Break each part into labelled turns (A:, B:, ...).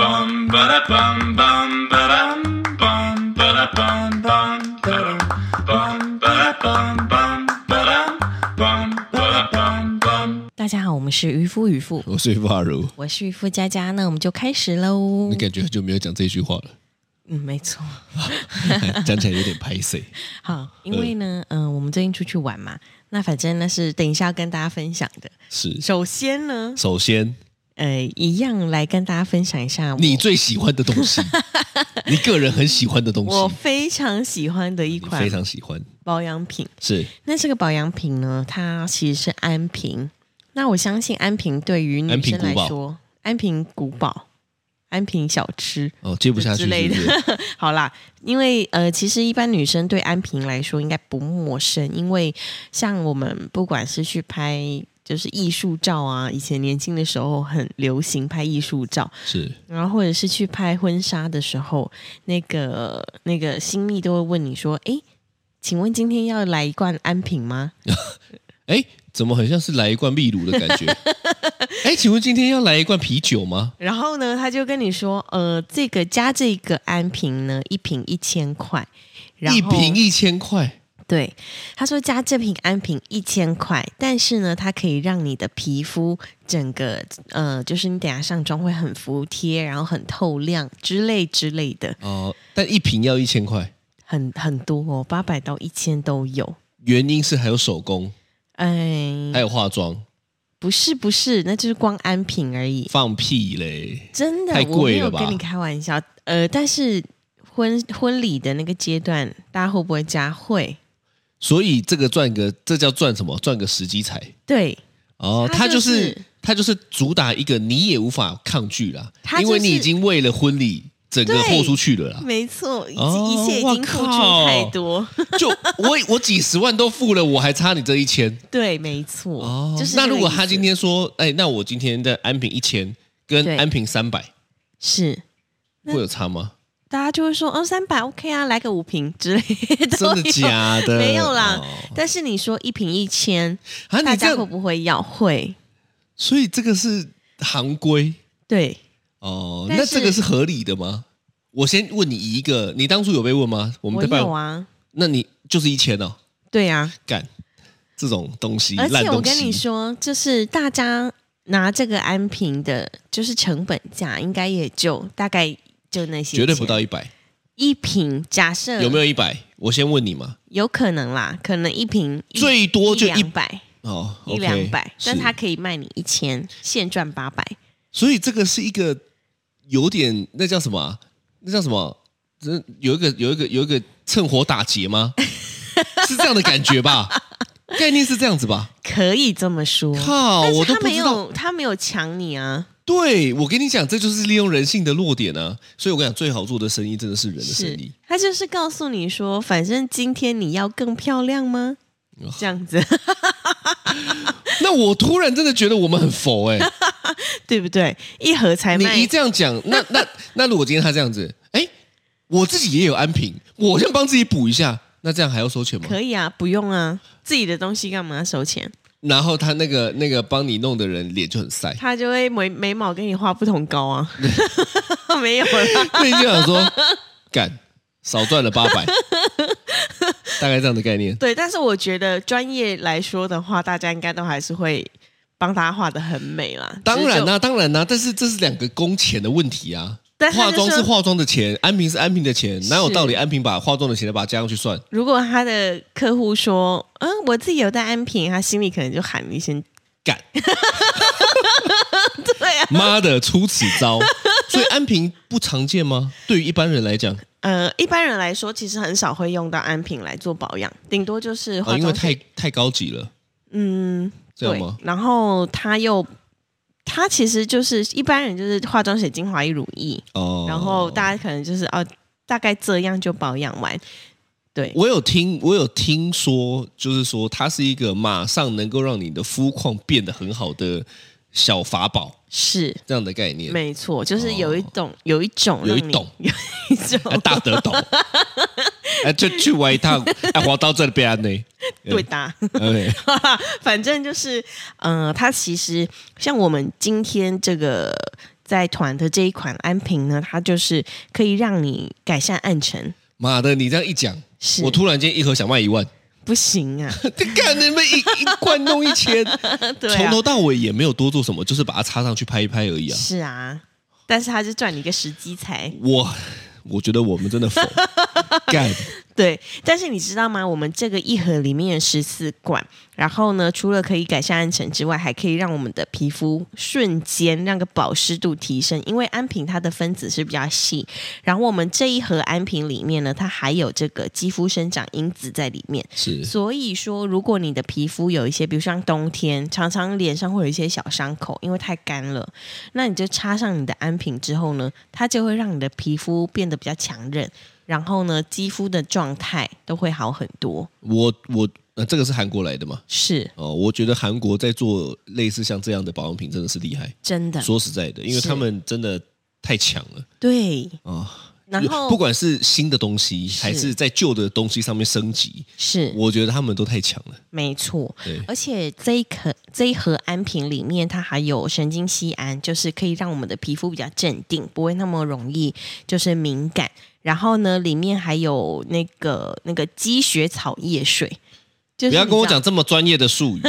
A: bum ba da bum bum ba dum bum ba da bum bum ba dum bum ba da bum bum ba dum bum ba da bum bum.
B: 大家好，我们是渔夫渔妇，
C: 我是发如，
B: 我是渔夫佳佳，那我们就开始喽
C: 你。感觉很久没有讲这句话了，
B: 嗯，没错。
C: 讲起来有点拍碎。
B: 好，因为呢，嗯、我们最近出去玩嘛，那反正那是等一下要跟大家分享的。
C: 是，
B: 首先呢，
C: 首先
B: 呃，一样来跟大家分享一下我
C: 你最喜欢 的东西，你个人很喜欢的东
B: 我
C: 西，
B: 非常喜欢的一
C: 你
B: 款
C: 非常喜欢，
B: 保养品。
C: 是
B: 那这个保养品呢，它其实是安瓶。那我相信安瓶对于女生来说，安瓶古堡、安瓶小吃
C: 哦，接不下去
B: 之类
C: 是
B: 的
C: 不是？
B: 好啦，因为呃，其实一般女生对安瓶来说应该不陌生，因为像我们不管是去拍就是艺术照啊，以前年轻的时候很流行拍艺术照，
C: 是
B: 然后或者是去拍婚纱的时候，那个那个新密都会问你说：“诶，请问今天要来一罐安瓶吗
C: 哎，怎么很像是来一罐秘鲁的 感觉？哎，请问今天要来一罐啤酒吗？”？
B: 然后呢，他就跟你说：“呃，这个加这个安瓶呢，一瓶一千块。”然后
C: 一瓶一千块，
B: 对，他说加这瓶安瓶一千块，但是呢，它可以让你的皮肤整个呃，就是你等一下上妆会很服帖，然后很透亮之类之类的，
C: 哦，但一瓶要一千块，
B: 很很多哦，八百到一千都有。
C: 原因是还有手工，
B: 哎
C: 还，有化妆，
B: 不是不是，那就是光安瓶而已，
C: 放屁嘞！
B: 真的，
C: 太
B: 我没
C: 贵
B: 有
C: 了吧
B: 跟你开玩笑。呃，但是婚婚礼的那个阶段，大家会不会加会？
C: 所以这个赚个，这叫赚什么？赚个时机财。
B: 对，
C: 哦，
B: 它
C: 他
B: 就
C: 就是是他就是主打一个你也无法抗拒啦，
B: 它就是
C: 因为你已经为了婚礼整个
B: 对
C: 豁出去了 啦。
B: 没错，一、
C: 哦
B: 一切已
C: 哇
B: 经付出
C: 靠
B: 太多。
C: 就我我几十万都付了，我还差你这一千
B: 对，没错，
C: 哦。
B: 就是
C: 那
B: 这个
C: 如果
B: 意
C: 他
B: 思
C: 今天说，哎，那我今天的安平一千跟
B: 对
C: 安平三百
B: 是
C: 会有差吗？
B: 大家就会说，哦，三百 OK 啊，来个五瓶之类的，
C: 真的假的？
B: 没有啦
C: 哦
B: 但是你说一瓶一千，
C: 啊，
B: 大
C: 你这
B: 家会
C: 样，
B: 不会要？会，
C: 所以这个是行规
B: 对，
C: 哦。
B: 但是
C: 那这个是合理的吗？我先问你一个，你当初有被问吗？我们
B: 我
C: 在办
B: 有，啊，
C: 那你就是一千哦。
B: 对啊，
C: 干这种东西，
B: 而
C: 烂
B: 且
C: 东西
B: 我跟你说，就是大家拿这个安瓶的，就是成本价，应该也就大概就那些钱，
C: 绝对不到一百，
B: 一瓶。假设
C: 有没
B: 有
C: 有一百？我先问你嘛，
B: 有可能啦？可能一瓶一
C: 最多就一
B: 两百，
C: 哦，
B: 一
C: OK，
B: 两百，但
C: 是
B: 它可以卖你一千，现赚八百。
C: 所以这个是一个有点那叫什么啊？那叫什么？这有一个有一个有一个趁火打 劫吗？是这样的感觉吧？概念是这样子吧？
B: 可以这么说，
C: 靠，
B: 嗯但
C: 我
B: 是
C: 都
B: 他
C: 不
B: 没
C: 知道。
B: 有，他没有抢你啊，
C: 对，我跟你讲，这就是利用人性的弱点啊。所以我跟你讲，最好做的生意真的是人的生
B: 是
C: 意。
B: 他就是告诉你说，反正今天你要更漂亮吗？
C: 哦
B: 这样子，
C: 那我突然真的觉得我们很佛哎、
B: 对不对？一盒才
C: 你
B: 卖
C: 一这样讲， 那那那如果今天他这样子，哎，我自己也有安瓶，我先帮自己补一下，那这样还要收钱吗？
B: 可以啊，不用啊，自己的东西干嘛收钱？
C: 然后他那个那个帮你弄的人脸就很晒，
B: 他就会眉眉毛跟你画不同高 啊，没有啦，
C: 那你就想说，干少赚了八 百，大概这样的概念。
B: 对，但是我觉得专业来说的话，大家应该都还是会帮他画的很美啦。
C: 当然啊
B: 啦、
C: 啦、当然啦、但是这是两个工钱的问题啊。
B: 但他
C: 化
B: 就
C: 妆是
B: 说
C: 化妆的钱，安瓶是安瓶的钱，哪有
B: 是
C: 道理安瓶把化妆的钱再把它加上去算？
B: 如果他的客户说：“嗯，我自己有带安瓶”，他心里可能就喊了一声
C: 干，
B: “ 对啊
C: 妈的，出此 招！所以安瓶不常见吗？对于一般人来讲，”。
B: 呃，一般人来说，其实很少会用到安瓶来做保养，顶多就是
C: 啊，
B: 化
C: 因为
B: 妆水。
C: 太太高级了，
B: 嗯，
C: 这样
B: 对
C: 吗？。
B: 然后他又，他其实就是一般人就是化妆水、精华、一乳液，
C: 哦，
B: 然后大家可能就是哦，大概这样就保养完。对，
C: 我有听，我有听说，就是说它是一个马上能够让你的肤况变得很好的小法宝，
B: 是
C: 这样的概念。
B: 没错，就是有一种、有一种
C: 哦有一
B: 让你
C: 种
B: 有一
C: 哎，
B: 种
C: 大得 懂，哎，就去玩一趟，哎，滑到这边呢，
B: 对答。
C: 哎，
B: 反正就是，呃，它其实像我们今天这个在团的这一款安瓶呢，它就是可以让你改善暗沉，
C: 妈的，你这样一讲，
B: 是
C: 我突然间一盒想卖一万，
B: 不行 啊，
C: 干你们一一罐弄一千，
B: 对
C: 从
B: 啊
C: 头，到尾也没有多做什么，就是把它插上去拍一拍而已啊。
B: 是啊，但是它是赚你一个时机财。
C: 我我觉得我们真的否干，
B: 对，但是你知道吗？我们这个一盒里面十四罐，然后呢，除了可以改善暗沉之外，还可以让我们的皮肤瞬间让个保湿度提升，因为安瓶它的分子是比较细，然后我们这一盒安瓶里面呢，它还有这个肌肤生长因子在里面。
C: 是
B: 所以说，如果你的皮肤有一些，比如像冬天，常常脸上会有一些小伤口，因为太干了，那你就插上你的安瓶之后呢，它就会让你的皮肤变得比较强韧，然后呢，肌肤的状态都会好很多。
C: 我我呃，这个是韩国来的嘛？
B: 是
C: 哦，我觉得韩国在做类似像这样的保养品真的是厉害。
B: 真的，
C: 说实在的，因为
B: 嗯是
C: 他们真的太强了
B: 对。
C: 啊！
B: 然后
C: 不管是新的东西还是在旧的东西上面升级，
B: 是
C: 我觉得他们都太强了。
B: 没错
C: 对，
B: 而且这一颗这一盒安瓶里面，它还有神经酰胺，就是可以让我们的皮肤比较镇定，不会那么容易就是敏感。然后呢，里面还有那个那个积雪草叶水，就是
C: 不要
B: 你
C: 跟我
B: 知道
C: 讲这么专业的术 语，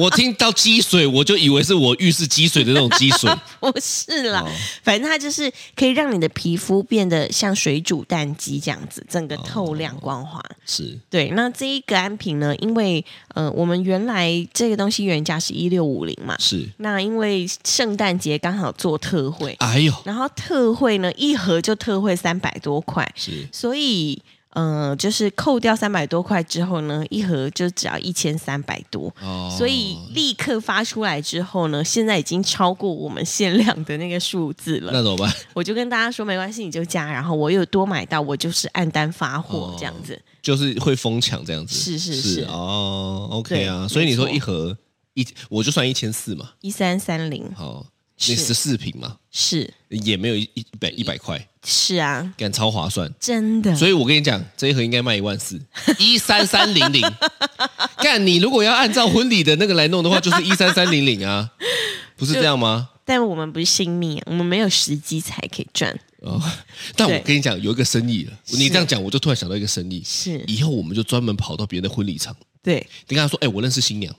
C: 我听到积水我就以为是我浴室积水的那种积水。
B: 不是 啦，
C: 哦
B: 反正它就是可以让你的皮肤变得像水煮蛋鸡这样子，整个透亮光滑。
C: 哦是
B: 对，那这一个安瓶呢，因为呃，我们原来这个东西原价是一六五零嘛，
C: 是，
B: 那因为圣诞节刚好做特惠，
C: 哎呦，
B: 然后特惠呢一盒就特惠三百多块，
C: 是
B: 所以呃，就是扣掉三百多块之后呢，一盒就只要一千三百多。
C: 哦，
B: 所以立刻发出来之后呢，现在已经超过我们限量的那个数字
C: 那
B: 了。
C: 怎么办？
B: 我就跟大家说，没关系，你就加，然后我有多买到，我就是按单发货
C: 哦
B: 这样子。
C: 就是会疯抢这样子。
B: 是是
C: 是
B: 是
C: 哦，OK
B: 对
C: 啊，
B: 没
C: 所以你说
B: 错
C: 一盒一，我就算一千四嘛，
B: 一三三零
C: 好，
B: 是
C: 那十四瓶嘛，
B: 是
C: 也没有一一百一百块，
B: 是啊，
C: 干超划算。
B: 真的，
C: 所以我跟你讲，这一盒应该卖一 万四，一三三零零。干，你如果要按照婚礼的那个来弄的话，就是一三三零零啊，不是这样吗？
B: 但我们不是新密，我们没有时机才可以赚。
C: 哦，但我
B: 对
C: 跟你讲，有一个生意了。你这样讲，我就突然想到一个生意，
B: 是
C: 以后我们就专门跑到别人的婚礼场，
B: 对
C: 你跟他说：“哎、我认识新娘，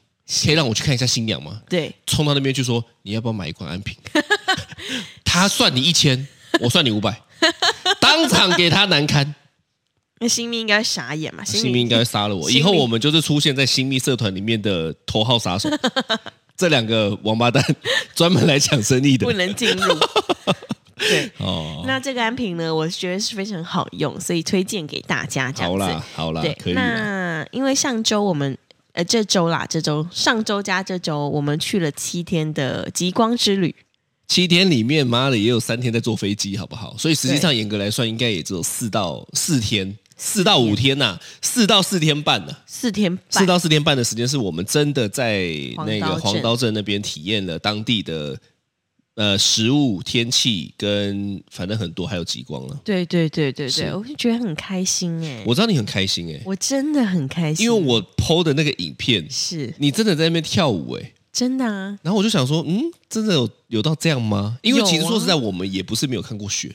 C: 可以让我去看一下新娘吗？”
B: 对，
C: 冲到那边去说：“你要不要买一罐安瓶？” 他算你一千，我算你五百，当场给他难堪。
B: 那新密应该傻眼嘛？
C: 新密应该会杀了我。
B: 新密
C: 以后我们就是出现在新密社团里面的头号杀手，这两个王八蛋 专门来抢生意的
B: 不能进 入。对，
C: 哦。
B: 那这个安瓶呢，我觉得是非常好用，所以推荐给大家这样
C: 好
B: 子。
C: 啦，好啦
B: 对，，
C: 可以啊啦。
B: 那因为上周我们呃这周啦，这周上周加这周我们去了七天的极光之旅，
C: 七天里面，妈的也有三天在坐飞机，好不好？所以实际上严格来算，应该也只有四到四天，四到五天呐、四到四天半呐、
B: 四天
C: 四
B: 半。
C: 到四天半的时间，是我们真的在那个
B: 黄刀镇
C: 黄刀镇那边体验了当地的呃食物、天气跟反正很多，还有极光了。
B: 对对对对
C: 是
B: 对，我就觉得很开心哎、
C: 我知道你很开心哎、
B: 我真的很开心，
C: 因为我 PO 的那个影片，
B: 是
C: 你真的在那边跳舞哎、
B: 真的啊，
C: 然后我就想说，嗯，真的有有到这样吗？因为
B: 有啊
C: 其实说实在，我们也不是没有看过雪，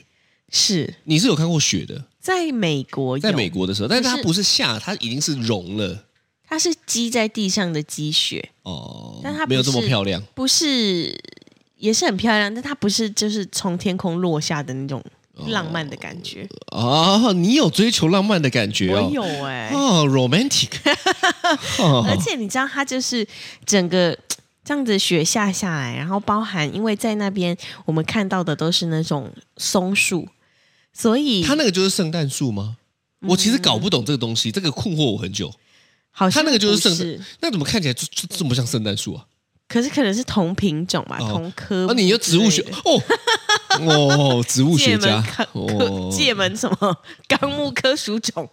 B: 是
C: 你是有看过雪的，
B: 在美国有，
C: 在美国的时候，但是它
B: 可是
C: 不是下，它已经是融了
B: 它是积在地上的积雪，
C: 哦，
B: 但它不
C: 没有这么
B: 是
C: 漂亮。
B: 不是也是很漂亮，但它不是就是从天空落下的那种浪漫的感觉。
C: 哦，你有追求浪漫的感觉
B: 我
C: 哦，
B: 有哎、
C: 哦，romantic，哦
B: 而且你知道它就是整个。这样子雪下下来，然后包含因为在那边我们看到的都是那种松树，所以
C: 它那个就是圣诞树吗？
B: 嗯
C: 我其实搞不懂这个东西，这个困惑我很久。
B: 好
C: 它
B: 像
C: 那个就是
B: 不
C: 圣诞，那怎么看起来就就这么像圣诞树啊？
B: 可是可能是同品种吧，
C: 哦
B: 同科目之类的。
C: 啊，你又植物学哦，哦，植物
B: 界
C: 学
B: 门
C: 家
B: 科科
C: 哦，
B: 界门什么纲目科属种？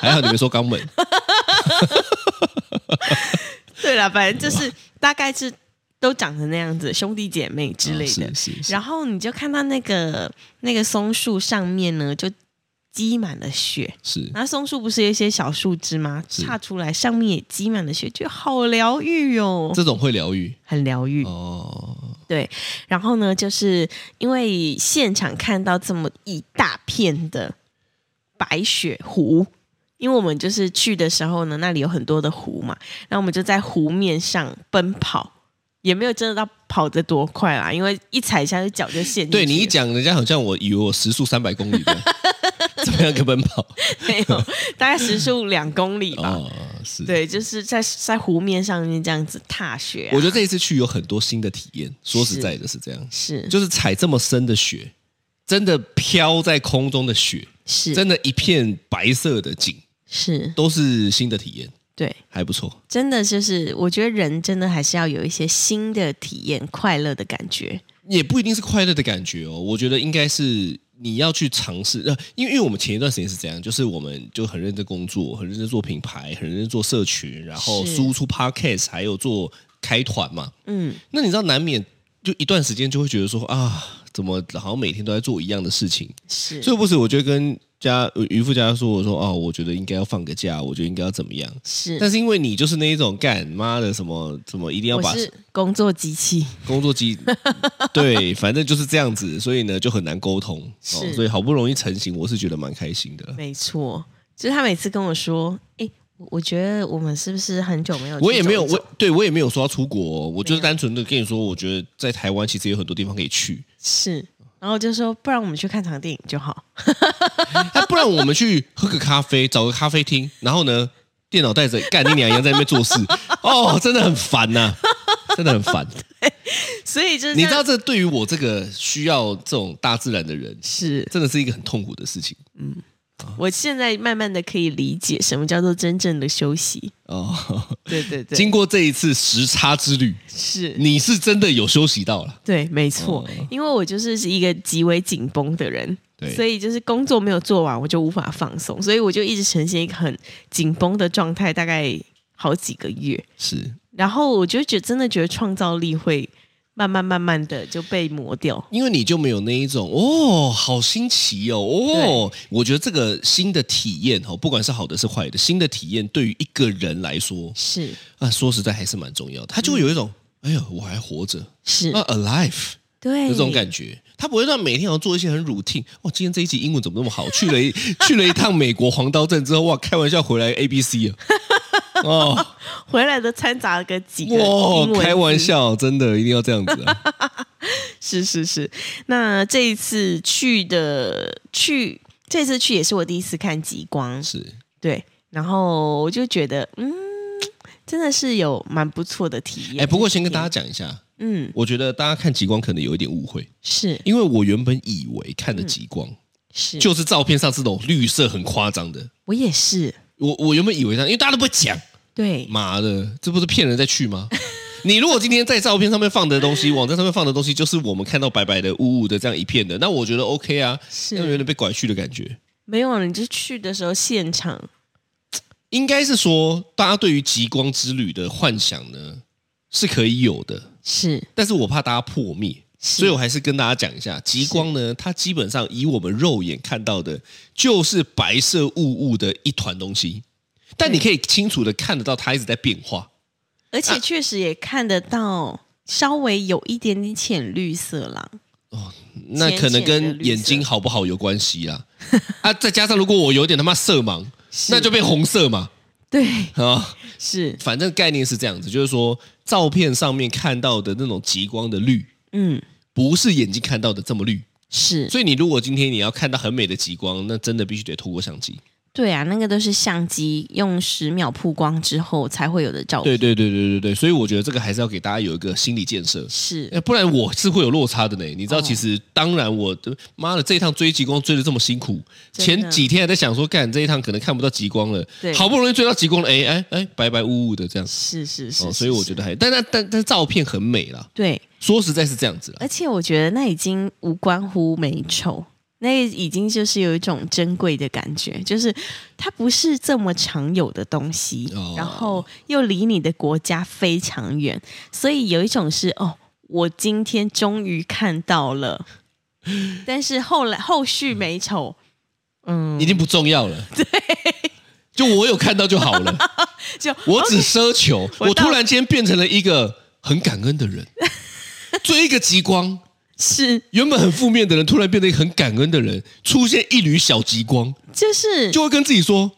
C: 还好你没说肛门，
B: 对了，反正就是大概是都长成那样子，兄弟姐妹 之类的
C: 啊。是是是
B: 然后你就看到那个那个松树上面呢，就积满了雪。
C: 是
B: 然后松树不是有一些小树枝吗？
C: 是
B: 岔出来，上面也积满了雪，就好疗愈哦，
C: 这种会疗愈
B: 很疗愈。
C: 哦，
B: 对，然后呢，就是因为现场看到这么一大片的白雪湖，因为我们就是去的时候呢，那里有很多的湖嘛，那我们就在湖面上奔跑，也没有真的到跑得多快啦，因为一踩一下就脚就陷进去了。
C: 对你一讲，人家好像我以为我时速三百公里 的，怎么样个奔跑？
B: 没有，大概时速两公里吧。
C: 哦，是。
B: 对，就是在在湖面上面这样子踏雪啊、
C: 我觉得这一次去有很多新的体验。说实在的，是这样，
B: 是
C: 就是踩这么深的雪，真的飘在空中的雪，
B: 是
C: 真的，一片白色的景，
B: 是
C: 都是新的体验，
B: 对，
C: 还不错。
B: 真的就是我觉得人真的还是要有一些新的体验，快乐的感觉。
C: 也不一定是快乐的感觉哦，我觉得应该是你要去尝试。呃，因为因为我们前一段时间是这样，就是我们就很认真工作，很认真做品牌，很认真做社群，然后
B: 是
C: 输出 podcast，还有做开团嘛。
B: 嗯，
C: 那你知道，难免就一段时间就会觉得说啊，怎么好像每天都在做一样的事情？
B: 是
C: 所以不是，我就跟家呃渔夫家说，我说哦，我觉得应该要放个假，我觉得应该要怎么样。但
B: 是，
C: 是因为你就是那一种干妈的什么什么，一定要
B: 我
C: 把
B: 是工作机器，
C: 工 作机，对，反正就是这样子，所以呢就很难沟通，哦，
B: 是
C: 所以好不容易成型，我是觉得蛮开心的。
B: 没错。就是他每次跟我说：“哎，我我觉得我们是不是很久没有去走一走？”
C: 我也没有，我对我也没有说要出国哦、我就
B: 没有
C: 是单纯的跟你说，我觉得在台湾其实有很多地方可以去，
B: 是，然后就说不然我们去看场电影就好。
C: 那哎不然我们去喝个咖啡，找个咖啡厅，然后呢，电脑带着干你娘一样在那边做事，哦，真的很烦呐、真的很烦。
B: 所以就是
C: 你
B: 这
C: 知
B: 样
C: 道，这对于我这个需要这种大自然的人，
B: 是
C: 真的是一个很痛苦的事情
B: 我现在慢慢的可以理解什么叫做真正的休 息。
C: 哦。
B: 对对对，
C: 经过这一次时差之旅，
B: 是。
C: 你是真的有休息到了，
B: 对，没错，
C: 哦
B: 因为我就是一个极为紧绷的人，
C: 对
B: 所以就是工作没有做完，我就无法放松，所以我就一直呈现一个很紧绷的状态，大概好几个月。
C: 是
B: 然后我就觉真的觉得创造力会慢慢慢慢的就被磨掉，
C: 因为你就没有那一种哦，好新奇哦，哦，我觉得这个新的体验哦，不管是好的是坏的，新的体验对于一个人来说
B: 是
C: 啊，说实在还是蛮重要的，他就
B: 嗯
C: 会有一种、哎呦，我还活着，
B: 是，
C: 啊，alive
B: 对，
C: 有这种感觉。他不会让每天要做一些很 routine。哇，今天这一集英文怎么那么好？去了一去了一趟美国黄刀镇之后，哇，开玩笑回来 A B C 啊， 哦，
B: 回来的掺杂了个几个英
C: 哇，
B: 文，
C: 开玩，笑，真的一定要这样子 啊。
B: 是是是。那这一次去的去，这次去也是我第一次看极光，
C: 是，
B: 对，然后我就觉得，嗯，真的是有蛮不错的体
C: 哎、
B: 验。
C: 不过先跟大家讲一下，
B: 嗯，
C: 我觉得大家看极光可能有一点误会，
B: 是
C: 因为我原本以为看的极光、
B: 嗯是，
C: 就是照片上这种绿色很夸张的，
B: 我也是，
C: 我我原本以为这样，因为大家都不会讲，
B: 对，
C: 妈的，这不是骗人再去吗？ 你如果今天在照片上面放的东西，网站上面放的东西，就是我们看到白白的、雾雾的这样一片的，那我觉得 OK 啊，
B: 是
C: 那有点被拐去的感觉。
B: 没有，你就去的时候现场
C: 应该是说，大家对于极光之旅的幻想呢是可以有的，
B: 是
C: 但是我怕大家破灭，
B: 是
C: 所以我还是跟大家讲一下，极光呢，它基本上以我们肉眼看到的，就是白色雾雾的一团东西，但你可以清楚的看得到它一直在变化。
B: 而
C: 啊
B: 且确实也看得到稍微有一点点浅绿色啦。
C: 那可能跟眼睛好不好有关系啦，啊， 再加上如果我有点他妈色盲，
B: 是
C: 那就变红色嘛
B: 对，
C: 啊，
B: 是，
C: 反正概念是这样子，就是说照片上面看到的那种极光的绿，
B: 嗯，
C: 不是眼睛看到的这么绿，
B: 是，
C: 所以你如果今天你要看到很美的极光，那真的必须得透过相机。
B: 对啊，那个都是相机用十秒曝光之后才会有的照片。
C: 对对对对对对，所以我觉得这个还是要给大家有一个心理建设。
B: 是
C: 呃不然我是会有落差的呢。
B: 哦
C: 你知道，其实当然我呃妈的这一趟追极光追的这么辛苦，
B: 真的
C: 前几天还在想说，干这一趟可能看不到极光了
B: 对，
C: 好不容易追到极光了，哎哎哎，白白雾雾的这样。
B: 是是是
C: 哦，所以我觉
B: 得
C: 得还，但但但但照片很美啦，
B: 对，
C: 说实在是这样子啦
B: 而。且我觉得那已经无关乎美丑，那已经就是有一种珍贵的感觉，就是它不是这么常有的东西，
C: 哦
B: 然后又离你的国家非常远，所以有一种是哦，我今天终于看到了， 但是后来后续美丑，嗯，
C: 已经不重要了。对，就我有看到就好了，
B: 就
C: 我只奢求，
B: 我
C: 我
B: 到
C: 突然间变成了一个很感恩的人。追一个极光，
B: 是
C: 原本很负面的人，突然变得一个很感恩的人，出现一缕小极光，
B: 就是
C: 就会跟自己说：“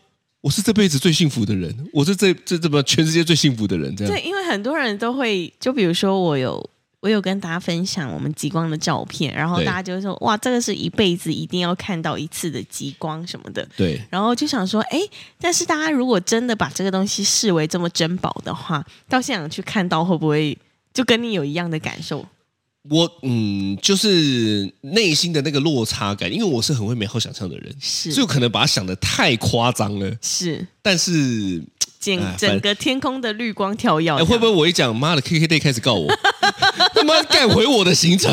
C: 我是这辈子最幸福的人，我是这这怎么全世界最幸福的人。”这样
B: 对，因为很多人都会，就比如说我有我有跟大家分享我们极光的照片，然后
C: 对
B: 大家就会说哇，这个是一辈子一定要看到一次的极光什么的。
C: 对
B: 然后就想说，哎，但是大家如果真的把这个东西视为这么珍宝的话，到现场去看到会不会就跟你有一样的感受？
C: 我嗯，就是内心的那个落差感，因为我是很会美好想象的人，
B: 是
C: 所以我可能把它想的太夸张了。
B: 是，
C: 但是
B: 整
C: 哎
B: 整
C: 反
B: 个天空的绿光跳跃，
C: 哎，会不会我一讲，妈的，KK day 开始告我， 他妈干毁我的行程，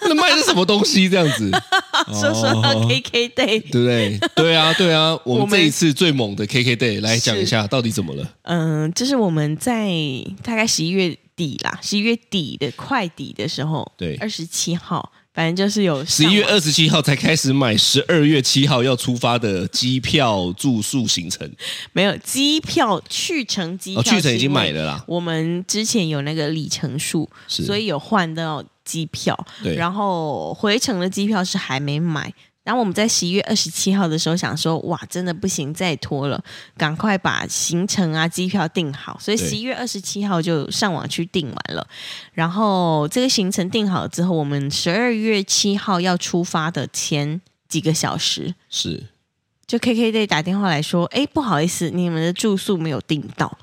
C: 那卖的什么东西这样子，
B: 说说到
C: 哦
B: KK Day？
C: 对不对？对啊，对啊，
B: 我
C: 我们
B: 们
C: 这一次最猛的 KK day 来讲一下，到底怎么了？
B: 嗯，就是我们在大概十一月底啦，十一月底的快底的时候，
C: 对
B: 二十七号，反正就是有
C: 十
B: 上网
C: 一月二十七号才开始买十二月七号要出发的机票、住宿、行程，
B: 没有机票去程机票、
C: 哦，去程已经买。了啦。
B: 我们之前有那个里程数，
C: 是
B: 所以有换到机票，
C: 对
B: 然后回程的机票是还没买。然后我们在十一月二十七号的时候想说，哇，真的不行，再拖了，赶快把行程啊、机票订好。所以
C: 对
B: 十一月二十七号就上网去订完了。然后这个行程定好之后，我们十二月七号要出发的前几个小时，
C: 是
B: 就 KKday 打电话来说，哎，不好意思，你们的住宿没有订到。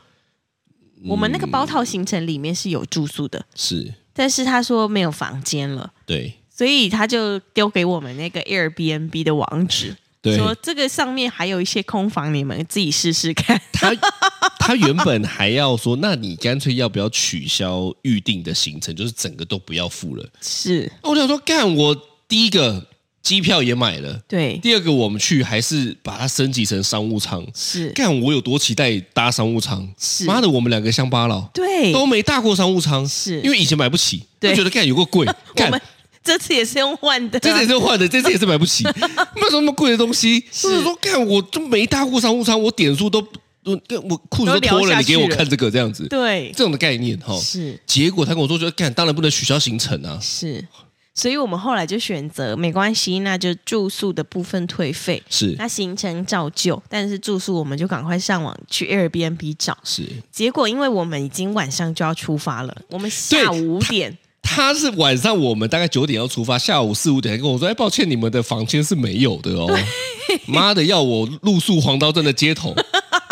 B: 我们那
C: 嗯
B: 个包套行程里面是有住宿的，
C: 是，
B: 但是他说没有房间了，
C: 对
B: 所以他就丢给我们那个 Airbnb 的网址，
C: 对。
B: 说这个上面还有一些空房，你们自己试试看。
C: 他 他原本还要说，那你干脆要不要取消预定的行程，就是整个都不要付了。
B: 是
C: 那我想说，干我第一个机票也买了，
B: 对，
C: 第二个我们去还是把它升级成商务舱。
B: 是
C: 干我有多期待搭商务舱？
B: 是
C: 妈的，我们两个乡巴佬
B: 对，
C: 都没搭过商务舱，
B: 是
C: 因为以前买不起，
B: 对
C: 就觉得干有个 贵，
B: 我
C: 干
B: 们这次也是用换的啊，
C: 这次也是换的，这次也是买 不起，卖什么贵的东西？就是说，看我就没搭过商务舱，我点数都我我裤子都
B: 都聊
C: 脱了，
B: 下
C: 你
B: 去
C: 给我
B: 了
C: 看这个这样子，
B: 对，
C: 这种的概念哈。
B: 是
C: 结果他跟我说，觉得干当然不能取消行程啊，
B: 是，所以我们后来就选择没关系，那就住宿的部分退费，
C: 是
B: 那行程照旧，但是住宿我们就赶快上网去 Airbnb 找。
C: 是，
B: 结果因为我们已经晚上就要出发了，我们
C: 对
B: 下午五点
C: 他是晚上我们大概九点要出发，下午四五点还跟我说，哎，抱歉，你们的房间是没有 的哦，妈的，要我露宿黄刀镇的街头，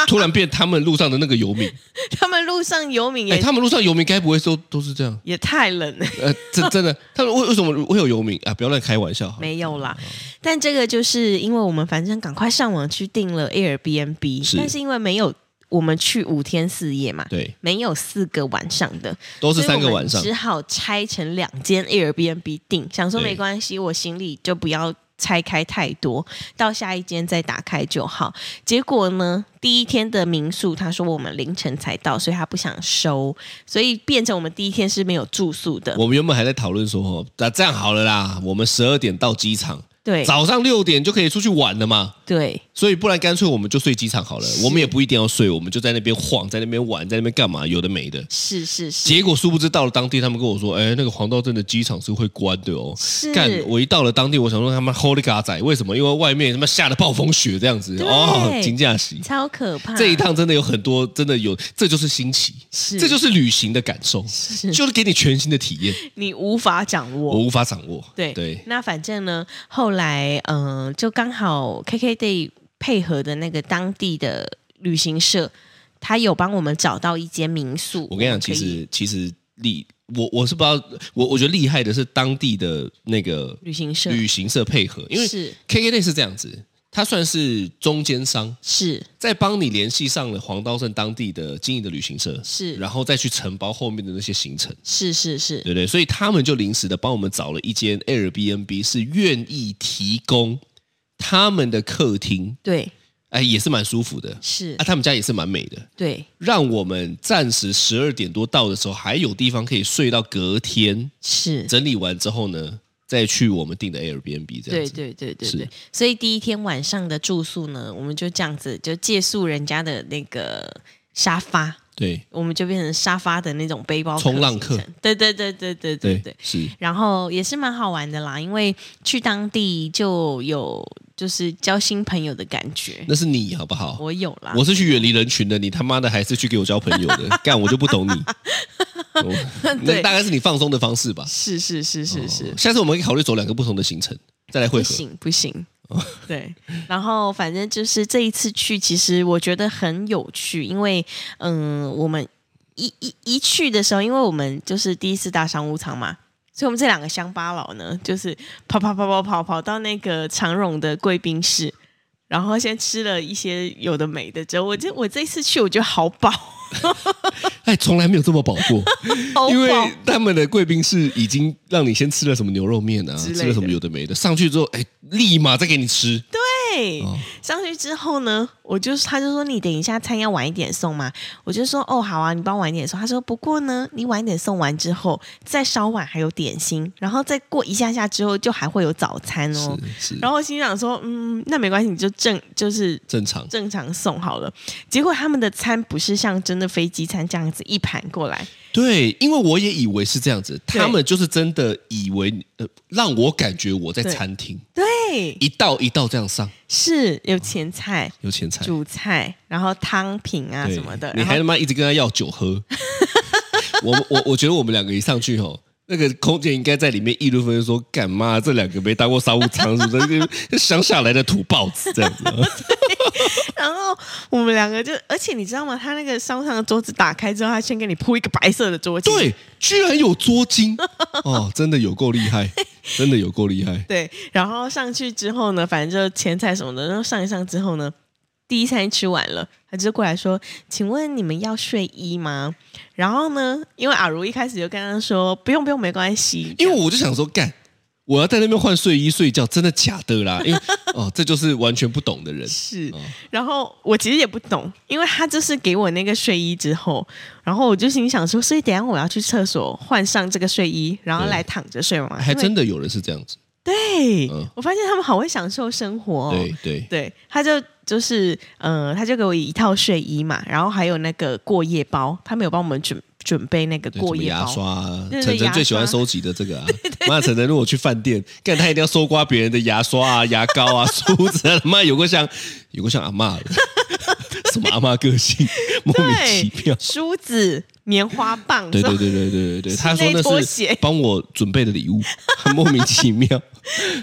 C: 突然变他们路上的那个游民，
B: 他们路上游民也、
C: 哎，他们路上游民该不会都都是这样？
B: 也太冷了，
C: 呃，真真的，他们为为什么会有游民啊？不要乱开玩笑好了，
B: 没有
C: 嗯
B: 啦。但这个就是因为我们反正赶快上网去订了 Airbnb，
C: 是
B: 但是因为没有我们去五天四夜嘛，
C: 对，
B: 没有四个晚上的，
C: 都是
B: 所以
C: 三
B: 我
C: 个
B: 们
C: 晚上
B: 只，好拆成两间 Airbnb 订，想说
C: 对
B: 没关系，我行李就不要拆开太多，到下一间再打开就好。结果呢，第一天的民宿他说我们凌晨才到，所以他不想收，所以变成我们第一天是没有住宿的。
C: 我们原本还在讨论说，哦，那这样好了啦，我们十二点到机场，
B: 对
C: 早上六点就可以出去玩了嘛，
B: 对
C: 所以不然干脆我们就睡机场好了，
B: 是
C: 我们也不一定要睡，我们就在那边晃，在那边玩，在那边干嘛，有的没的。
B: 是是是
C: 结果殊不知到了当地，他们跟我说，哎，那个黄道镇的机场是会关的哦。
B: 是，
C: 干！我一到了当地，我想说他妈 Holy 嘎仔，为什么？因为外面他妈下了暴风雪这样子
B: 对
C: 哦，金价席。
B: 超可怕。
C: 这一趟真的有很多，真的有，这就是新奇，
B: 是
C: 这就是旅行的感受，就是给你全新的体验，
B: 你无法掌握，
C: 我无法掌握。
B: 对
C: 对，
B: 那反正呢，后来嗯、呃就刚好 KKday 配合的那个当地的旅行社，他有帮我们找到一间民宿。
C: 我跟你
B: 我们
C: 讲，
B: 可
C: 其
B: 以
C: 实其实厉，我我是不知道，我我觉得厉害的是当地的那个
B: 旅行社
C: 旅行社配合，因为
B: 是
C: KKday 是这样子，它算是中间商，
B: 是
C: 再帮你联系上了黄刀镇当地的经营的旅行社，
B: 是
C: 然后再去承包后面的那些行程。
B: 是是是
C: 对不对？所以他们就临时的帮我们找了一间 Airbnb，是愿意提供他们的客厅，
B: 对
C: 哎，也是蛮舒服的，
B: 是
C: 啊，他们家也是蛮美的，
B: 对
C: 让我们暂时十二点多到的时候，还有地方可以睡到隔天。
B: 是。
C: 整理完之后呢，再去我们订的 Airbnb 这样
B: 对
C: 子。
B: 对对对
C: 是
B: 对，所以第一天晚上的住宿呢，我们就这样子就借宿人家的那个沙发，
C: 对
B: 我们就变成沙发的那种背包客
C: 冲浪客
B: 行程，对对对对对对对。
C: 是
B: 然后也是蛮好玩的啦，因为去当地就有就是交新朋友的感觉。
C: 那是你好不好？
B: 我啊有啦，
C: 我是去远离人群的，你他妈的还是去给我交朋友 的，干我就不懂你。我那
B: 对
C: 大概是你放松的方式吧。
B: 是是是是是，
C: 哦下次我们可以考虑走两个不同的行程，再来汇
B: 不
C: 合。哦
B: 行不行。 对，然后反正就是这一次去，其实我觉得很有趣，因为嗯、我们一一一去的时候，因为我们就是第一次搭商务舱嘛，所以我们这两个乡巴佬呢，就是跑跑跑跑跑跑到那个长荣的贵宾室，然后先吃了一些有的没的，之后我这我这一次去，我觉得好饱，
C: 哎，从来没有这么饱 过，
B: 好
C: 因为
B: 饱，
C: 他们的贵宾室已经让你先吃了什么牛肉面啊，
B: 之类的
C: 吃了什么有的没的，上去之后，哎，立马再给你吃。
B: 对。
C: 哦
B: 上去之后呢，我就是他就说你等一下餐要晚一点送吗？我就说哦好啊，你帮我晚一点送。他说不过呢，你晚一点送完之后，再稍晚还有点心，然后再过一下下之后就还会有早餐哦。
C: 是是
B: 然后我心想说嗯，那没关系，你就正就是
C: 正常。
B: 正常送好了。结果他们的餐不是像真的飞机餐这样子一盘过来，
C: 对，因为我也以为是这样子，
B: 对
C: 他们就是真的以为，呃，让我感觉我在
B: 对
C: 餐厅，
B: 对，
C: 一道一道这样上，
B: 是有前菜、
C: 有钱菜，
B: 主菜，然后汤品啊
C: 对
B: 什么的，
C: 你
B: 然后
C: 还他妈一直跟他要 酒喝。我我我觉得我们两个一上去吼，那个空姐应该在里面议论纷纷说，干嘛这两个没当过商务舱是不是？就乡下来的土豹子这样 子。
B: 然后我们两个就，而且你知道吗？他那个商务舱的桌子打开之后，他先给你铺一个白色的桌巾。
C: 对，居然有捉襟哦，真的有够厉害，真的有够厉害。
B: 对，然后上去之后呢，反正就前菜什么的，然后上一上之后呢，第一餐吃完了，他就过来说：“请问你们要睡衣吗？”然后呢，因为阿如一开始就跟他说：“不用不用，没关系。”
C: 因为我就想说，干，我要在那边换睡衣睡觉，真的假的啦？因为哦，这就是完全不懂 的人。
B: 是
C: 哦，
B: 然后我其实也不懂，因为他就是给我那个睡衣之后，然后我就心想说，所以等一下我要去厕所换上这个睡衣，然后
C: 对
B: 来躺着睡嘛。
C: 还
B: 因为
C: 真的有人是这样子，
B: 对，
C: 嗯
B: 我发现他们好会享受生活、哦。
C: 对对
B: 对他就就是呃，他就给我一套睡衣嘛，然后还有那个过夜包，他们有帮我们准准备那个
C: 对，
B: 过
C: 什么
B: 夜
C: 牙
B: 包。
C: 刷啊，
B: 对对
C: 晨晨
B: 牙
C: 最喜欢
B: 刷
C: 收集的 这个啊。妈，晨晨如果去饭店，干他一定要搜刮别人的牙刷啊、 牙膏啊、梳子啊，他妈有个像有个像阿嬷的，什么阿嬷个性，莫名
B: 对
C: 其妙。
B: 梳子、棉花棒，
C: 对
B: 这
C: 对
B: 种
C: 对对对对对，
B: 室
C: 他说
B: 内拖
C: 那是
B: 鞋
C: 帮我准备的礼物， 很莫名其妙。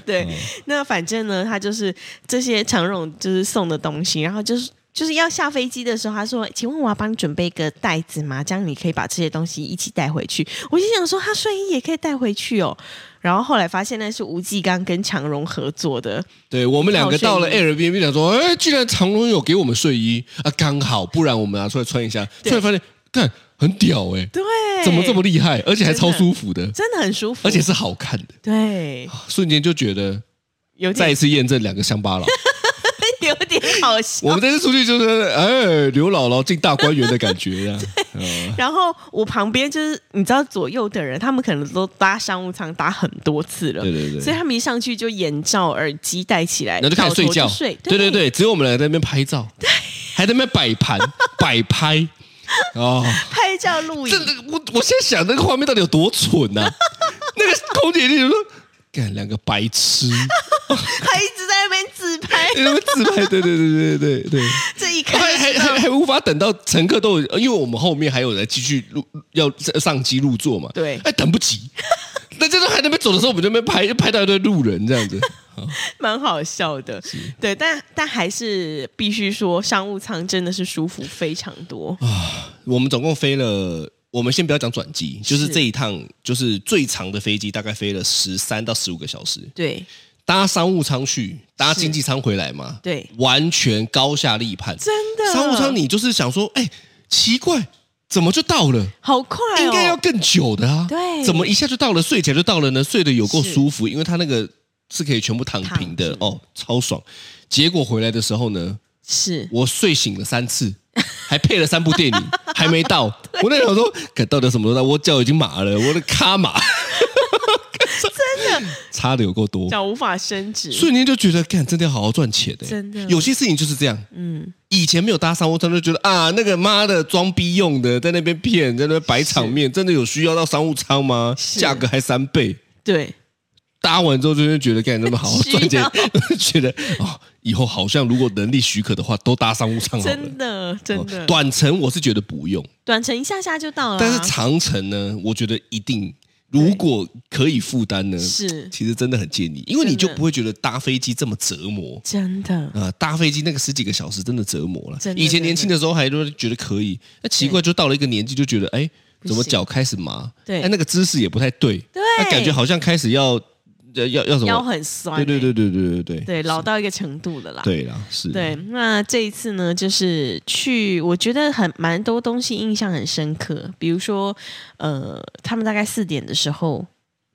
B: 对 那反正呢，他就是这些常荣就是送的东西，然后就是。就是要下飞机的时候，他说：“请问我要帮你准备一个袋子吗？这样你可以把这些东西一起带回去。”我就想说，他睡衣也可以带回去哦。然后后来发现那是吴继刚跟常荣合作的，
C: 对我们两个到了
B: 好
C: Airbnb，想说，哎，居然长隆有给我们睡衣啊，刚好，不然我们拿出来穿一下。突
B: 对
C: 然发现，看很屌哎、
B: 对，
C: 怎么这么厉害，而且还超舒服的，
B: 真的很舒服，
C: 而且是好看的，
B: 对，
C: 瞬间就觉得
B: 有
C: 再一
B: 点
C: 次验证两个乡巴佬。
B: 有点好笑
C: 我。们这次出去就是，哎，刘姥姥进大观园的感觉 呀、嗯
B: 然后我旁边就是你知道左右的人，他们可能都搭商务舱搭很多次了，
C: 对对
B: 所以
C: 对。
B: 他们一上去就眼罩、耳机戴起来，
C: 然后就开始睡
B: 倒
C: 觉
B: 头就睡，
C: 对对，对，只有我们两个在那边拍照，还在那边摆盘摆拍， 哦，
B: 拍照录
C: 这
B: 影，
C: 这我我现在想那个画面到底有多蠢 呐、那个空姐一定说，干两个白痴，
B: 他一直在那边自拍，
C: 那边自拍，对对对对对 对，
B: 这一看
C: 还
B: 就
C: 还
B: 知道
C: 还还无法等到乘客都有，因为我们后面还有人继续入要上机入座嘛，
B: 对
C: 哎等不及， 那这都还在那边走的时候，我们就在那边拍拍到一堆路人这 样子，
B: 蛮好笑的，对，但但还是必须说商务舱真的是舒服非常多，
C: 啊我们总共飞了。我们先不要讲转机，就是
B: 是
C: 这一趟，就是最长的飞机大概飞了十三到十五个小时，
B: 对
C: 搭商务舱去，搭
B: 是
C: 经济舱回来嘛，
B: 对，
C: 完全高下立判。
B: 真的
C: 商务舱你就是想说，哎，奇怪，怎么就到了？
B: 好快哦，
C: 应该要更久的啊，
B: 对
C: 怎么一下就到了？睡起来就到了呢？睡得有够
B: 是
C: 舒服，因为它那个是可以全部躺平的
B: 躺平
C: 哦，超爽。结果回来的时候呢，
B: 是
C: 我睡醒了三次， 还配了三部 电影，还没到。我那时候说，可到底什么时候到？我脚已经麻了，我的咖麻。
B: 真
C: 差的有够多，
B: 脚无法伸直，
C: 瞬间就觉得，干，真的要好好赚钱欸
B: 真的
C: 有些事情就是这样。
B: 嗯，
C: 以前没有搭商务舱就觉得啊，那个妈的装逼用的，在那边骗，在那边摆场面，真的有需要到商务舱吗？
B: 是
C: 价格还三倍，
B: 对，
C: 搭完之后就会觉得干那么好好
B: 需要
C: 赚钱， 觉得哦，以后好像如果能力许可的话，都搭商务舱好了。
B: 真的真的，
C: 哦短程我是觉得不用，
B: 短程一下下就到了啊，
C: 但是长程呢，我觉得一定如果可以负担呢，
B: 是
C: 其实真的很建议，因为你
B: 真
C: 就
B: 的
C: 不会觉得搭飞机这么折磨。
B: 真的，
C: 啊、搭飞机那个十几个小时真的折磨了
B: 真。的
C: 以前年轻的时候还都觉得可以，那奇怪，就到了一个年纪就觉得，哎，
B: 不
C: 怎么
B: 行
C: 脚开始麻？
B: 对
C: 哎，那个姿势也不太对，
B: 对
C: 那感觉好像开始要要要要什
B: 腰
C: 么？
B: 很酸欸，
C: 对对对对对对对
B: 对，老到一个程度了啦，
C: 对啦，是，
B: 对，那这一次呢，就是去，我觉得很蛮多东西印象很深刻，比如说，呃，他们大概四点的时候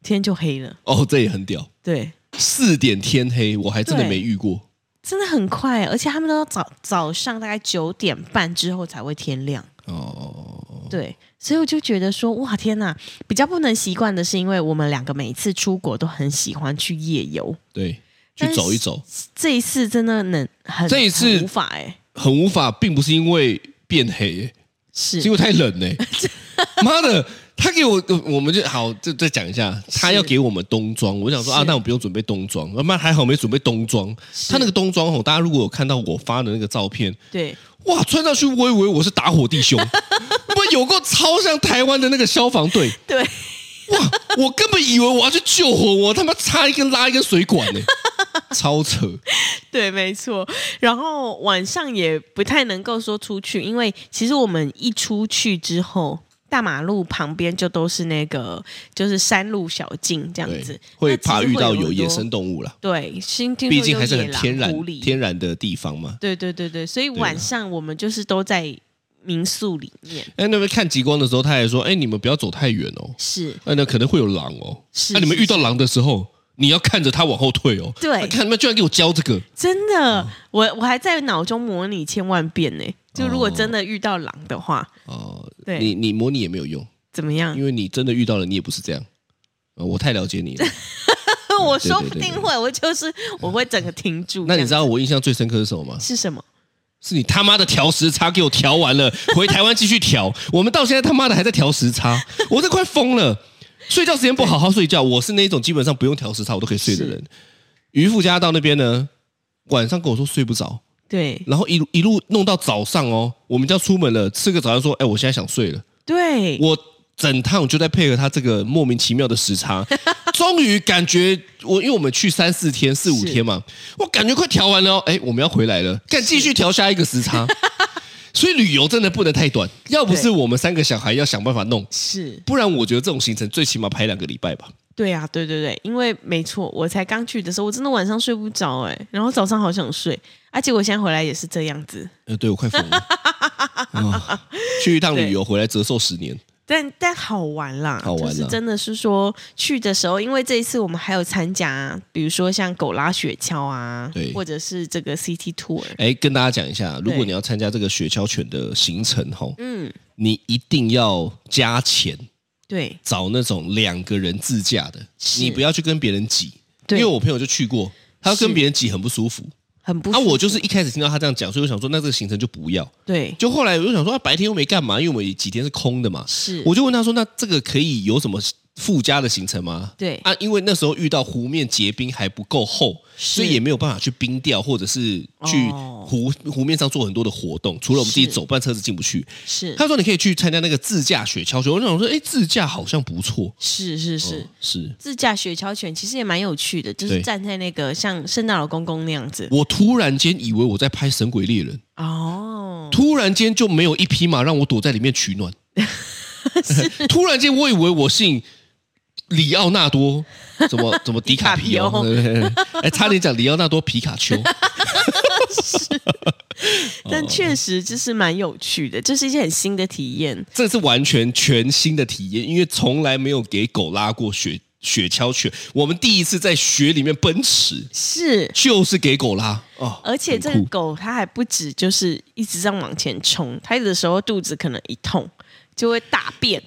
B: 天就黑了，
C: 哦，这也很屌，
B: 对，
C: 四点天黑，我还真的
B: 对
C: 没遇过。
B: 真的很快，而且他们都早早上大概九点半之后才会天亮，
C: 哦，
B: 对，所以我就觉得说，哇，天呐，比较不能习惯的是，因为我们两个每次出国都很喜欢去夜游，
C: 对，
B: 但
C: 去
B: 是
C: 走一走，
B: 这一次真的能很
C: 这一次
B: 很无法哎、
C: 很无法，并不是因为变黑、
B: 是
C: 是因为太 冷呢、妈的，他给我，我们就好，就再讲一下，他
B: 是
C: 要给我们冬装，我想说啊，那我不用准备冬装，啊妈还好没准备冬装。他那个冬装哦，大家如果有看到我发的那个照片，
B: 对。
C: 哇，穿上去我以为我是打火弟 兄，不有够超像台湾的那个消防队，
B: 对，
C: 哇，我根本以为我要去救火，我他妈插一根拉一根 水管呢、超扯，
B: 对，没错。然后晚上也不太能够说出去，因为其实我们一出去之后，大马路旁边就都是那个就是山路小径这样
C: 对
B: 子，，
C: 会
B: 那其实
C: 怕遇到
B: 有
C: 有
B: 很
C: 野
B: 多
C: 生。动物啦，
B: 对，新听说
C: 毕竟
B: 有
C: 还是
B: 野
C: 很
B: 狼
C: 天然
B: 狐狸
C: 天然的地方嘛。
B: 对对对对，所以
C: 啊
B: 晚上我们就是都在民宿里面，
C: 哎，那边看极光的时候，他还说：“哎，你们不要走太远哦，
B: 是
C: 哎，那可能会有狼哦。
B: 是
C: 那你们
B: 是
C: 遇到狼的时候，你要看着它往后退哦。
B: 对
C: 啊看他们居然给我教这个，
B: 真
C: 嗯
B: 的，我我还在脑中模拟千万遍呢。就如果
C: 哦
B: 真的遇到狼的话，
C: 哦，
B: 对嗯
C: 你你模拟也没有用，
B: 怎么样
C: 因？为你真的遇到了，你也不是这样。呃我太了 解你了。
B: 我
C: 嗯对
B: 说
C: 对
B: 不
C: 对
B: 定
C: 对
B: 会，我就是我会整个停住。
C: 那你知
B: 这样
C: 道我印象最深刻是什么吗？
B: 是什么？
C: 是你他妈的调时差给我调完了，回台湾继续调。 我们到现在他妈的还在调时差，我这快疯了。睡觉时间不好好睡觉，我是那种基本上不用调时差我都可以睡的人。渔夫家到那边呢，晚上跟我说睡不着，
B: 对
C: 然后一路一路弄到早上哦，我们就要出门了，吃个早餐说，哎，我现在想睡了。
B: 对，
C: 我整趟就在配合他这个莫名其妙的时 差，终于感觉我因为我们去三四天、四五
B: 是
C: 天嘛，我感觉快调完了、哦，哎，我们要回来了，看继续调下一个时 差。所以旅游真的不能太短，要不是
B: 对
C: 我们三个小孩要想办法弄，
B: 是，
C: 不然我觉得这种行程最起码排两个礼拜吧。
B: 对啊，对对对，因为没错，我才刚去的时候，我真的晚上睡不着哎、然后早上好想睡，啊，结果现在回来也是这样子，
C: 呃，对我快 疯了、啊去一趟旅游回来折寿十年，
B: 但但好玩啦，
C: 好玩啦
B: 就是真的是说去的时候，因为这一次我们还有参加，比如说像狗拉雪橇啊
C: 对，
B: 或者是这个 City Tour，
C: 哎，跟大家讲一下，如果
B: 对
C: 你要参加这个雪橇犬的行程吼，
B: 嗯，
C: 你一定要加钱，
B: 对
C: 找那种两个人自驾的，
B: 是
C: 你不要去跟别人挤，因
B: 对，
C: 为我朋友就去过，他跟
B: 是
C: 别人挤很不舒服。
B: 很不
C: 啊，
B: 舒
C: 我
B: 服
C: 就是一开始听到他这样讲，所以我想说，那这个行程就不要。
B: 对
C: 就后来我就想说，啊、白天又没干嘛，因为我们几天是空的嘛，
B: 是，
C: 我就问他说，那这个可以有什么附加的行程吗？
B: 对
C: 啊，因为那时候遇到湖面结冰还不够厚，
B: 是
C: 所以也没有办法去冰钓，或者是去
B: 哦
C: 湖、湖面上做很多的活动，除了我们自己
B: 是
C: 走，不然车子进不去。
B: 是
C: 他说你可以去参加那个自驾雪橇球，我就想说，哎，自驾好像不错，
B: 是是是
C: 哦。是。
B: 自驾雪橇犬其实也蛮有趣的，就是
C: 对
B: 站在那个像圣诞老公公那样子
C: 我突然间以为我在拍《神鬼猎人》，
B: 哦，
C: 突然间就没有一匹马让我躲在里面取暖。 突然间，我以为我姓里奥纳多，怎么怎么迪卡皮奥？对对对哎，差点讲里奥纳多皮卡丘。哦
B: 但确实就是蛮有趣的，这是一些很新的体验。
C: 这是完全全新的体验，因为从来没有给狗拉过雪雪橇犬。我们第一次在雪里面奔驰，
B: 是，
C: 就是给狗拉哦。
B: 而且这
C: 很
B: 个
C: 酷
B: 狗它还不止就是一直这样往前 冲，它有的时候肚子可能一痛就会大便，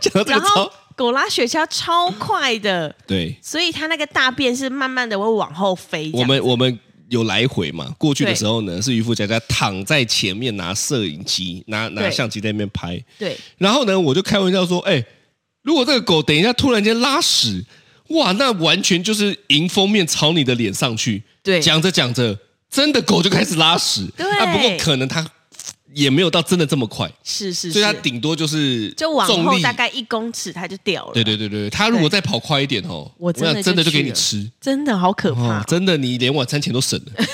C: 讲到这
B: 然
C: 个
B: 后
C: 超。
B: 狗拉雪橇超快的，
C: 对，
B: 所以它那个大便是慢慢的会往后飞这样。
C: 我们我们有来回嘛？过去的时候呢，是渔夫佳佳躺在前面拿摄影机、拿拿
B: 对
C: 相机在那边拍。
B: 对
C: 然后呢，我就开玩笑说：“哎、如果这个狗等一下突然间拉屎，哇，那完全就是迎风面朝你的脸上去。”
B: 对哦
C: 讲着讲着，真的狗就开始拉屎。
B: 对
C: 啊，不过可能它也没有到真的这么快，
B: 是是
C: 所以它
B: 是，
C: 顶多就是
B: 就往
C: 重
B: 后
C: 力
B: 大。概一公尺它就掉了。
C: 对对对对，它如果再跑快一点哦，
B: 我真的
C: 想真的
B: 就
C: 就给
B: 去
C: 你
B: 了
C: 吃
B: 真的好可怕
C: 哦，，真的你连晚餐钱都省了。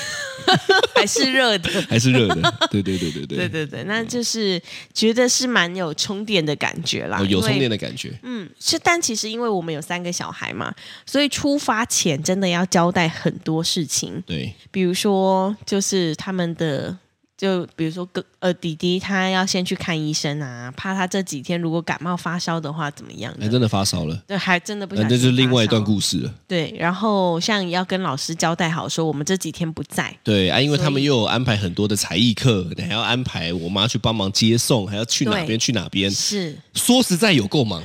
B: 还是热 的。
C: 还是热的。对对对对对，
B: 对对对，那就是觉得是蛮有充电的感觉啦，
C: 哦有充
B: 因为
C: 电的感觉。
B: 嗯，是，但其实因为我们有三个小孩嘛，所以出发前真的要交代很多事情，
C: 对
B: 比如说就是他们的。就比如说哥呃弟弟他要先去看医生啊，怕他这几天如果感冒发烧的话怎么样
C: 哎，
B: 的？
C: 真的发烧了，
B: 对，还真的不
C: 呃那
B: 小心
C: 这就是另外一段
B: 事。
C: 故事了。
B: 对，然后像要跟老师交代好说我们这几天不在，
C: 对啊，因为
B: 所以
C: 他们又有安排很多的才艺课，还要安排我妈去帮忙接送，还要去哪
B: 对
C: 边去哪边。
B: 是
C: 说实在有够忙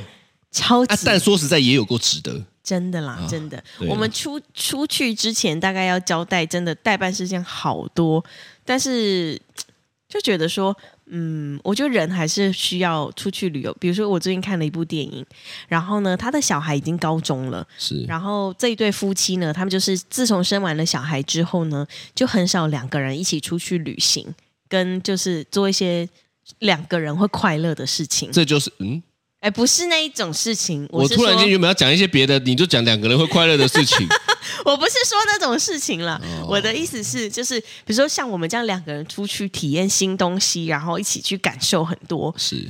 B: 超级、
C: 嗯啊，但说实在也有够值得。
B: 真的啦，
C: 啊
B: 真的。
C: 对
B: 我们出出去之前，大概要交代，真的代办事项好多，但是嘖就觉得说，嗯，我觉得人还是需要出去旅游。比如说，我最近看了一部电影，然后呢，他的小孩已经高中了，
C: 是
B: 然后这一对夫妻呢，他们就是自从生完了小孩之后呢，就很少两个人一起出去旅行，跟就是做一些两个人会快乐的事情。
C: 这就是嗯，
B: 哎，不是那一种事情，
C: 我
B: 是
C: 突然
B: 说
C: 间原本要讲一些别的，你就讲两个人会快乐的事 情。
B: 我不是说那种事情啦，
C: 哦
B: 我的意思是，就是比如说像我们这样两个人出去体验新东西，然后一起去感受很多
C: 是，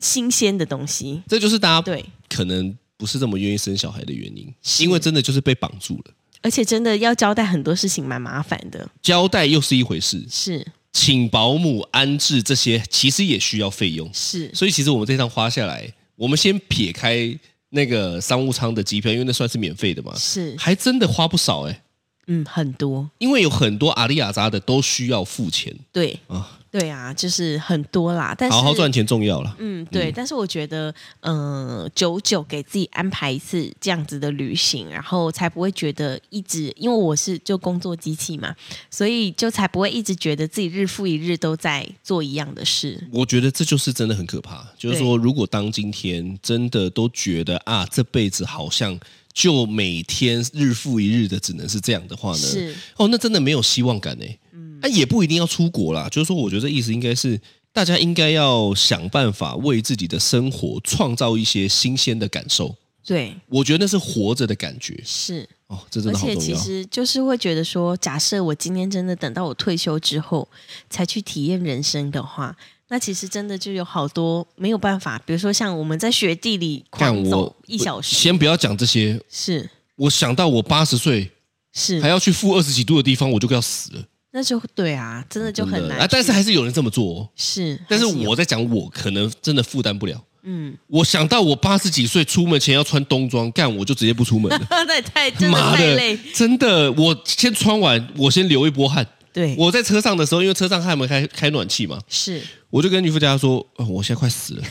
B: 新鲜的东西。
C: 这就是大家
B: 对，
C: 可能不是这么愿意生小孩的原因，因为真的就是被绑住了。
B: 而且真的要交代很多事情，蛮麻烦的。
C: 交代又是一回事，
B: 是
C: 请保姆安置这些，其实也需要费用。
B: 是，
C: 所以其实我们这趟花下来，我们先撇开那个商务舱的机票，因为那算是免费的嘛，
B: 是，
C: 还真的花不少哎、
B: 嗯，很多，
C: 因为有很多阿里亚扎的都需要付钱
B: 对
C: 啊，
B: 对啊，就是很多啦。但是
C: 好好赚钱重要了。
B: 嗯，对，但是我觉得，嗯、久久给自己安排一次这样子的旅行，然后才不会觉得一直，因为我是就工作机器嘛，所以就才不会一直觉得自己日复一日都在做一样的事。
C: 我觉得这就是真的很可怕，就是说，如果当今天真的都觉得啊，这辈子好像就每天日复一日的只能是这样的话呢，
B: 是
C: 哦，那真的没有希望感哎。嗯，那、也不一定要出国啦，就是说，我觉得这意思应该是大家应该要想办法为自己的生活创造一些新鲜的感受。
B: 对，
C: 我觉得那是活着的感觉
B: 是，
C: 哦，这真
B: 而
C: 的好
B: 且
C: 重
B: 其
C: 要。
B: 实就是会觉得说，假设我今天真的等到我退休之后才去体验人生的话。那其实真的就有好多没有办法，比如说像我们在雪地里
C: 看
B: 狂
C: 我
B: 走一小时，
C: 先不要讲这些，
B: 是
C: 我想到我八十岁
B: 是
C: 还，要去负二十几度的地方，我就要死了，
B: 那就对啊，真的就
C: 真的
B: 很难
C: 啊！但是
B: 去
C: 还是有人这么做、哦，
B: 是，
C: 但是
B: 还有
C: 我在讲我可能真的负担不了。
B: 嗯，
C: 我想到我八十几岁出门前要穿冬装，干我就直接不出门了。
B: 那也太真的
C: 妈
B: 太
C: 的
B: 累，，
C: 真的，我先穿完，我先流一波汗。
B: 对，
C: 我在车上的时候，因为车上他们开开暖气嘛，
B: 是
C: 我就跟女副驾说、呃我现在快 死了，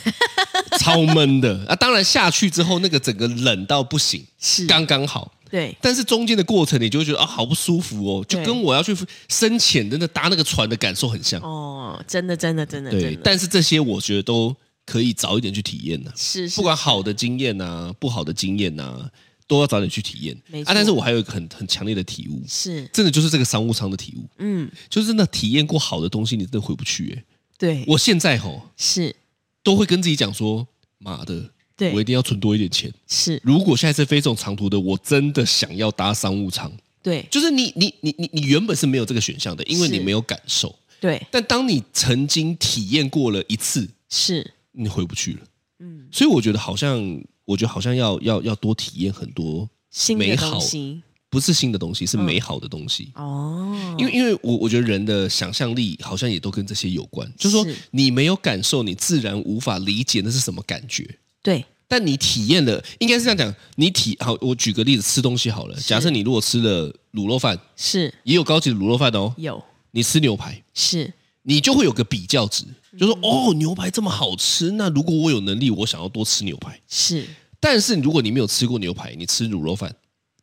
C: 超闷的啊！当然下去之后，那个整个冷到不行，
B: 是，
C: 刚刚好。
B: 对
C: 但是中间的过程，你就会觉得啊，好不舒服哦，就
B: 对
C: 跟我要去深潜真的搭那个船的感受很像。
B: 哦，真的真的真的
C: 对
B: 真，的
C: 但是这些我觉得都可以早一点去体验呢、
B: 是是
C: 不管好的经验啊，不好的经验啊，都要早点去体验
B: 没。错
C: 啊，但是我还有一个很很强烈的体悟，
B: 是，
C: 真的就是这个商务舱的体悟，
B: 嗯，
C: 就是那体验过好的东西，你真的回不去、欸。
B: 对，
C: 我现在吼
B: 是
C: 都会跟自己讲说，妈的，我一
B: 对
C: 定要存多一点钱。
B: 是，
C: 如果下一次飞这种长途的，我真的想要搭商务舱，
B: 对
C: 就是你你你你你原本是没有这个选项的，因为
B: 是
C: 你没有感受。
B: 对
C: 但当你曾经体验过了一次，
B: 是，
C: 你回不去了。
B: 嗯，
C: 所以我觉得好像，我觉得好像要要要多体验很多，
B: 新的
C: 美好
B: 东西
C: 不是新的东西，是
B: 嗯
C: 美好的东西。
B: 哦，
C: 因为因为我我觉得人的想象力好像也都跟这些有关，就是说
B: 是
C: 你没有感受，你自然无法理解那是什么感觉。
B: 对
C: 但你体验了，应该是这样讲，你体好，我举个例子，吃东西好了。假设你如果吃了卤肉饭，
B: 是
C: 也有高级的卤肉饭哦，
B: 有
C: 你吃牛排，
B: 是
C: 你就会有个比较
B: 嗯
C: 值，就说哦，牛排这么好吃，那如果我有能力，我想要多吃牛排。
B: 是
C: 但是如果你没有吃过牛排，你吃卤肉饭，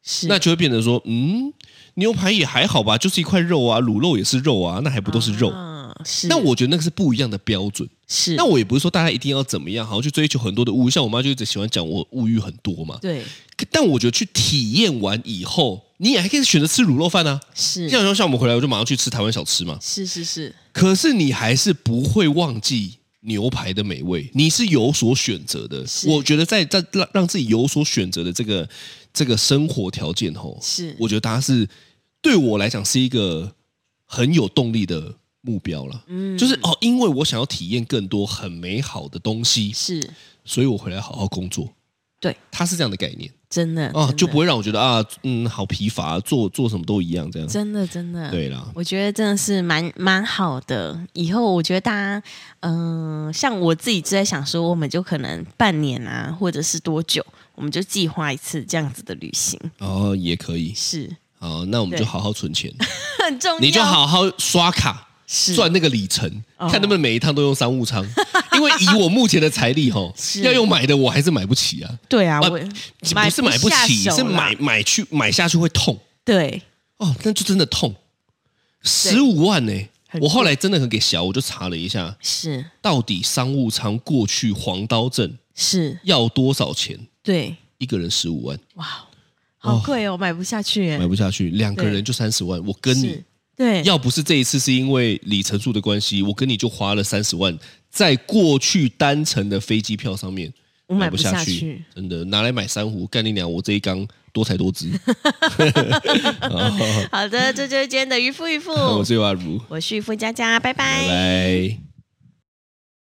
B: 是
C: 那就会变成说，嗯，牛排也还好吧，就是一块肉啊，卤肉也是肉啊，那还不都是肉？
B: 啊、是。
C: 但我觉得那个是不一样的标准。
B: 是
C: 那我也不是说大家一定要怎么样，好像去追求很多的物欲，像我妈就一直喜欢讲我物欲很多嘛。
B: 对
C: 但我觉得去体验完以后，你也还可以选择吃卤肉饭啊。
B: 是
C: 像像像我们回来，我就马上去吃台湾小吃嘛。
B: 是是是
C: 可是你还是不会忘记牛排的美味，你是有所选择的。
B: 是
C: 我觉得在在让让自己有所选择的这个这个生活条件吼，
B: 是
C: 我觉得它是对我来讲是一个很有动力的目标了。嗯，就是哦，因为我想要体验更多很美好的东西，
B: 是，
C: 所以我回来好好工作。
B: 对，
C: 它是这样的概念
B: 真的
C: 啊，
B: 真
C: 就
B: 的
C: 不会让我觉得啊，嗯，好疲乏，做做什么都一样这样。
B: 真的真的。
C: 对啦，
B: 我觉得真的是蛮蛮好的。以后我觉得大家，嗯、像我自己就在想说，我们就可能半年啊，或者是多久，我们就计划一次这样子的旅行，
C: 哦，也可以。
B: 是
C: 哦，那我们就
B: 对
C: 好好存钱。
B: 很重要。
C: 你就好好刷卡
B: 是
C: 赚那个里程，
B: 哦
C: 看能不能每一趟都用商务舱。因为以我目前的财力，吼，
B: 是
C: 要用买的我还是买不起啊。
B: 对啊，
C: 啊
B: 我
C: 不是买不
B: 下
C: 起，
B: 手
C: 是
B: 啦
C: 买买去买下去会痛
B: 对
C: 哦，那就真的痛。十五万呢、
B: 很
C: 我后来真的很给小，我就查了一下，
B: 是
C: 到底商务舱过去黄刀镇
B: 是，
C: 要多少钱？
B: 对，
C: 一个人十五万，
B: 哇，好贵哦，买不下去耶
C: 买，不下去，两个
B: 对
C: 人就三十万。我跟你
B: 是，对，
C: 要不是这一次是因为里程数的关系，我跟你就花了三十万在过去单程的飞机票上面，
B: 我买
C: 不
B: 不
C: 下
B: 下
C: 去，
B: 去
C: 真的拿来买珊瑚，干你娘！我这一缸多才 多姿， 哦
B: 好的，这就是今天的渔夫渔夫， 嗯
C: 我是阿如，
B: 我是渔夫佳佳，拜
C: 拜拜。